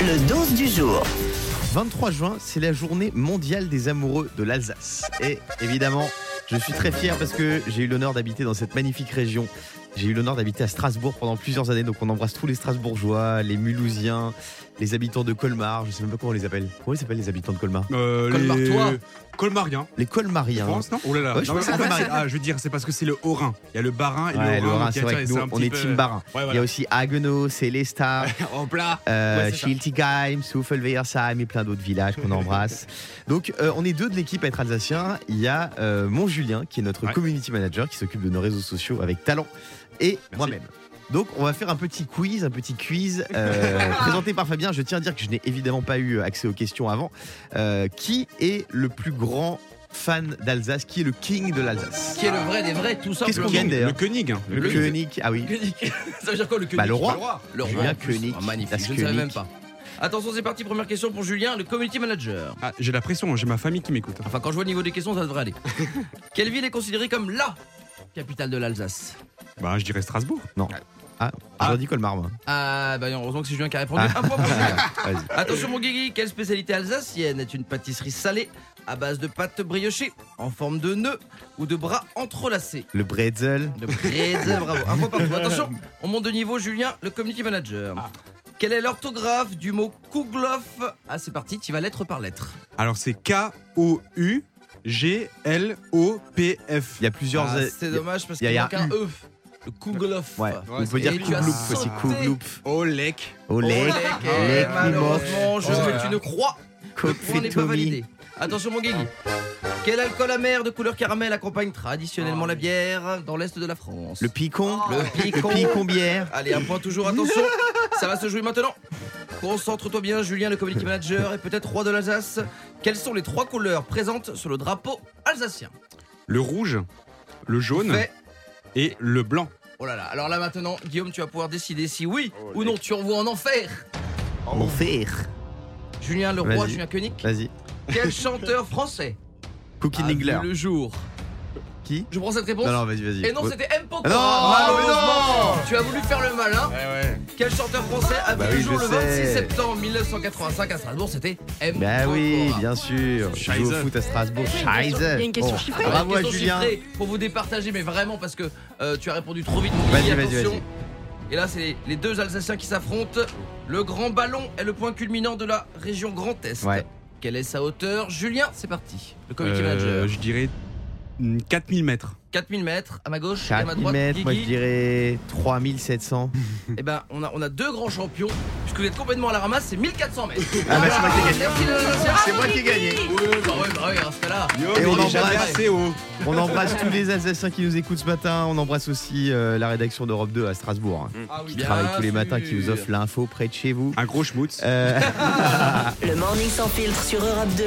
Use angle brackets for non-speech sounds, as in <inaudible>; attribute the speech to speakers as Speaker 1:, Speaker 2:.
Speaker 1: Le 12 du jour.
Speaker 2: 23 juin, c'est la journée mondiale des amoureux de l'Alsace. Et évidemment, je suis très fier parce que j'ai eu l'honneur d'habiter dans cette magnifique région. J'ai eu l'honneur d'habiter à Strasbourg pendant plusieurs années, donc on embrasse tous les Strasbourgeois, les Mulhousiens, les habitants de Colmar, je sais même pas comment on les appelle. Comment ils s'appellent les habitants de Colmar
Speaker 3: Euh,
Speaker 4: Colmar-toi.
Speaker 3: les- Colmarien.
Speaker 2: Les Colmariens.
Speaker 3: France, hein. non Oh là là.
Speaker 2: Ouais, je
Speaker 3: Non,
Speaker 2: pense que
Speaker 3: mais en fait,
Speaker 2: Colmarien.
Speaker 3: c'est- ah, je veux dire, c'est parce que c'est le Haut-Rhin. Il y a le Bas-Rhin et
Speaker 2: Ouais,
Speaker 3: le
Speaker 2: le
Speaker 3: Haut-Rhin.
Speaker 2: Rhin,
Speaker 3: qui
Speaker 2: c'est vrai
Speaker 3: attirent,
Speaker 2: que
Speaker 3: et
Speaker 2: nous,
Speaker 3: un
Speaker 2: on
Speaker 3: petit
Speaker 2: est
Speaker 3: peu-
Speaker 2: Team Barin.
Speaker 3: Ouais,
Speaker 2: Il y a
Speaker 3: voilà.
Speaker 2: aussi Haguenau, Célesta,
Speaker 3: Hop là.
Speaker 2: Euh,
Speaker 3: Ouais, c'est ça.
Speaker 2: Schiltigheim, Soufelversheim et plein d'autres villages qu'on embrasse. Donc, euh, on est deux de l'équipe à être alsacien. Il y a euh, mon Julien, qui est notre
Speaker 3: Ouais.
Speaker 2: community manager, qui s'occupe de nos réseaux sociaux avec talent, et moi-même. Donc, on va faire un petit quiz, un petit quiz euh, présenté par Fabien. Je tiens à dire que je n'ai évidemment pas eu accès aux questions avant. Euh, qui est le plus grand fan d'Alsace Qui est le king de l'Alsace
Speaker 4: Qui est le vrai des vrais, tout
Speaker 2: Qu'est-ce qu'on
Speaker 4: simplement.
Speaker 2: gagne
Speaker 3: Le
Speaker 2: d'ailleurs
Speaker 3: Koenig. hein.
Speaker 2: Le König. Ah oui.
Speaker 4: Koenig. <laughs> Ça veut dire quoi le Koenig
Speaker 2: Bah, le roi.
Speaker 4: Le roi.
Speaker 2: Julien
Speaker 4: en plus.
Speaker 2: Koenig,
Speaker 4: Ah, magnifique,
Speaker 2: Das
Speaker 4: je ne savais
Speaker 2: Koenig.
Speaker 4: même pas. Attention, c'est parti. Première question pour Julien, le community manager.
Speaker 3: Ah, j'ai la pression, hein, j'ai ma famille qui m'écoute.
Speaker 4: Enfin, quand je vois le niveau des questions, ça
Speaker 2: <laughs>
Speaker 4: devrait aller. Quelle ville est considérée comme LA capitale de l'Alsace
Speaker 3: Bah, je dirais Strasbourg.
Speaker 2: Ah, j'aurais dit Colmar, moi.
Speaker 4: Ah, bah, heureusement que c'est Julien qui a répondu. Un
Speaker 2: <laughs>
Speaker 4: point pour Julien.
Speaker 2: Ah. Vas-y.
Speaker 4: Attention mon Guigui, quelle spécialité alsacienne est une pâtisserie salée à base de pâte briochée en forme de nœud ou de bras entrelacés
Speaker 2: Le Bretzel.
Speaker 4: De brezel, <laughs> bravo. Un point partout. Attention,
Speaker 2: Euh,
Speaker 4: on monte de niveau Julien, le community manager.
Speaker 2: Ah.
Speaker 4: Quelle est l'orthographe du mot Kougloff Ah c'est parti, tu vas lettre par lettre.
Speaker 3: Alors, c'est K-O-U-G-L-O-P-F.
Speaker 2: Il y a plusieurs.
Speaker 4: Ah, c'est
Speaker 2: il y a-
Speaker 4: dommage parce
Speaker 2: y a-
Speaker 4: qu'il
Speaker 2: y a
Speaker 4: manque un
Speaker 2: un.
Speaker 4: E. Le Oh, Kougloff.
Speaker 2: Ouais, on peut
Speaker 4: Et
Speaker 2: dire
Speaker 4: tu as
Speaker 2: Kouglouf aussi,
Speaker 4: sauté.
Speaker 2: Kouglouf.
Speaker 3: Oh, lec.
Speaker 2: Olé,
Speaker 4: Olek, et
Speaker 2: Olek,
Speaker 4: malheureusement, je
Speaker 5: Oh
Speaker 4: fais
Speaker 5: là là.
Speaker 4: une croix. Le point n'est pas
Speaker 2: Koufetoumi.
Speaker 4: validé. Attention mon Guigui. Quel alcool amer de couleur caramel accompagne traditionnellement la bière dans l'est de la France
Speaker 2: Oh, Le picon,
Speaker 4: Oh. Le picon.
Speaker 2: le picombière.
Speaker 4: Allez, un point toujours, attention. Ça va se jouer maintenant. Concentre-toi bien, Julien, le community manager et peut-être roi de l'Alsace. Quelles sont les trois couleurs présentes sur le drapeau alsacien
Speaker 3: Le rouge, le jaune
Speaker 4: Fait.
Speaker 3: et le blanc.
Speaker 4: Oh là là, alors là maintenant, Guillaume, tu vas pouvoir décider si oui
Speaker 2: Oh,
Speaker 4: ou non tu envoies en enfer. Oh.
Speaker 2: Mon fer.
Speaker 4: Julien le roi,
Speaker 2: Vas-y.
Speaker 4: Julien Koenig.
Speaker 2: Vas-y.
Speaker 4: Quel chanteur français
Speaker 2: Cookie
Speaker 4: a vu
Speaker 2: Ningler.
Speaker 4: Ah, le jour
Speaker 2: Qui
Speaker 4: Je prends cette réponse.
Speaker 2: Non, non, vas-y, vas-y. Ah
Speaker 4: Et non, c'était M. Pokora.
Speaker 2: Non,
Speaker 4: Malheureusement, Tu as voulu faire le malin. Quel chanteur français a vu
Speaker 2: Bah
Speaker 4: le
Speaker 2: oui,
Speaker 4: jour
Speaker 2: je
Speaker 4: le
Speaker 2: sais.
Speaker 4: 26 septembre 1985 à Strasbourg C'était M.
Speaker 2: Bah oui,
Speaker 4: Pokora.
Speaker 2: bien sûr. Je joue au
Speaker 3: Scheiße.
Speaker 2: foot à Strasbourg.
Speaker 6: Il y a une question-
Speaker 2: Scheiße.
Speaker 6: il y a une question
Speaker 2: Bon,
Speaker 6: chiffrée.
Speaker 4: Alors,
Speaker 2: Ah, Bravo à
Speaker 4: question
Speaker 2: Julien.
Speaker 4: chiffrée pour vous départager, mais vraiment parce que euh, tu as répondu trop vite. mon
Speaker 2: Vas-y,
Speaker 4: Guigui,
Speaker 2: vas-y,
Speaker 4: attention.
Speaker 2: vas-y.
Speaker 4: Et là, c'est les, les deux Alsaciens qui s'affrontent. Le Grand Ballon est le point culminant de la région Grand Est.
Speaker 2: Ouais.
Speaker 4: Quelle est sa hauteur Julien, c'est parti. Le community
Speaker 3: Euh,
Speaker 4: manager.
Speaker 3: je dirais mm, 4000 mètres.
Speaker 4: 4000 mètres à ma gauche et à ma
Speaker 2: 4000
Speaker 4: droite.
Speaker 2: mètres, moi je
Speaker 4: Guigui.
Speaker 2: dirais 3700.
Speaker 4: Eh ben, on a, on a deux grands champions. Puisque vous êtes complètement à la ramasse, c'est 1400 mètres.
Speaker 2: Ah bah, c'est moi qui ai gagné.
Speaker 4: Merci, les Alsaciens.
Speaker 2: C'est moi qui ai gagné.
Speaker 4: Ouais, bah ouais, bah ouais, à ce cas-là.
Speaker 2: Et on
Speaker 3: est
Speaker 2: embrasse.
Speaker 3: jamais assez haut.
Speaker 2: On embrasse tous les Alsaciens qui nous écoutent ce matin. On embrasse aussi euh, la rédaction d'Europe 2 à Strasbourg. hein,
Speaker 4: Ah oui,
Speaker 2: Qui travaille
Speaker 4: bien
Speaker 2: tous les
Speaker 4: sûr.
Speaker 2: matins, qui vous offre l'info près de chez vous.
Speaker 3: Un gros schmutz.
Speaker 2: Euh,
Speaker 1: Le morning sans filtre sur Europe 2.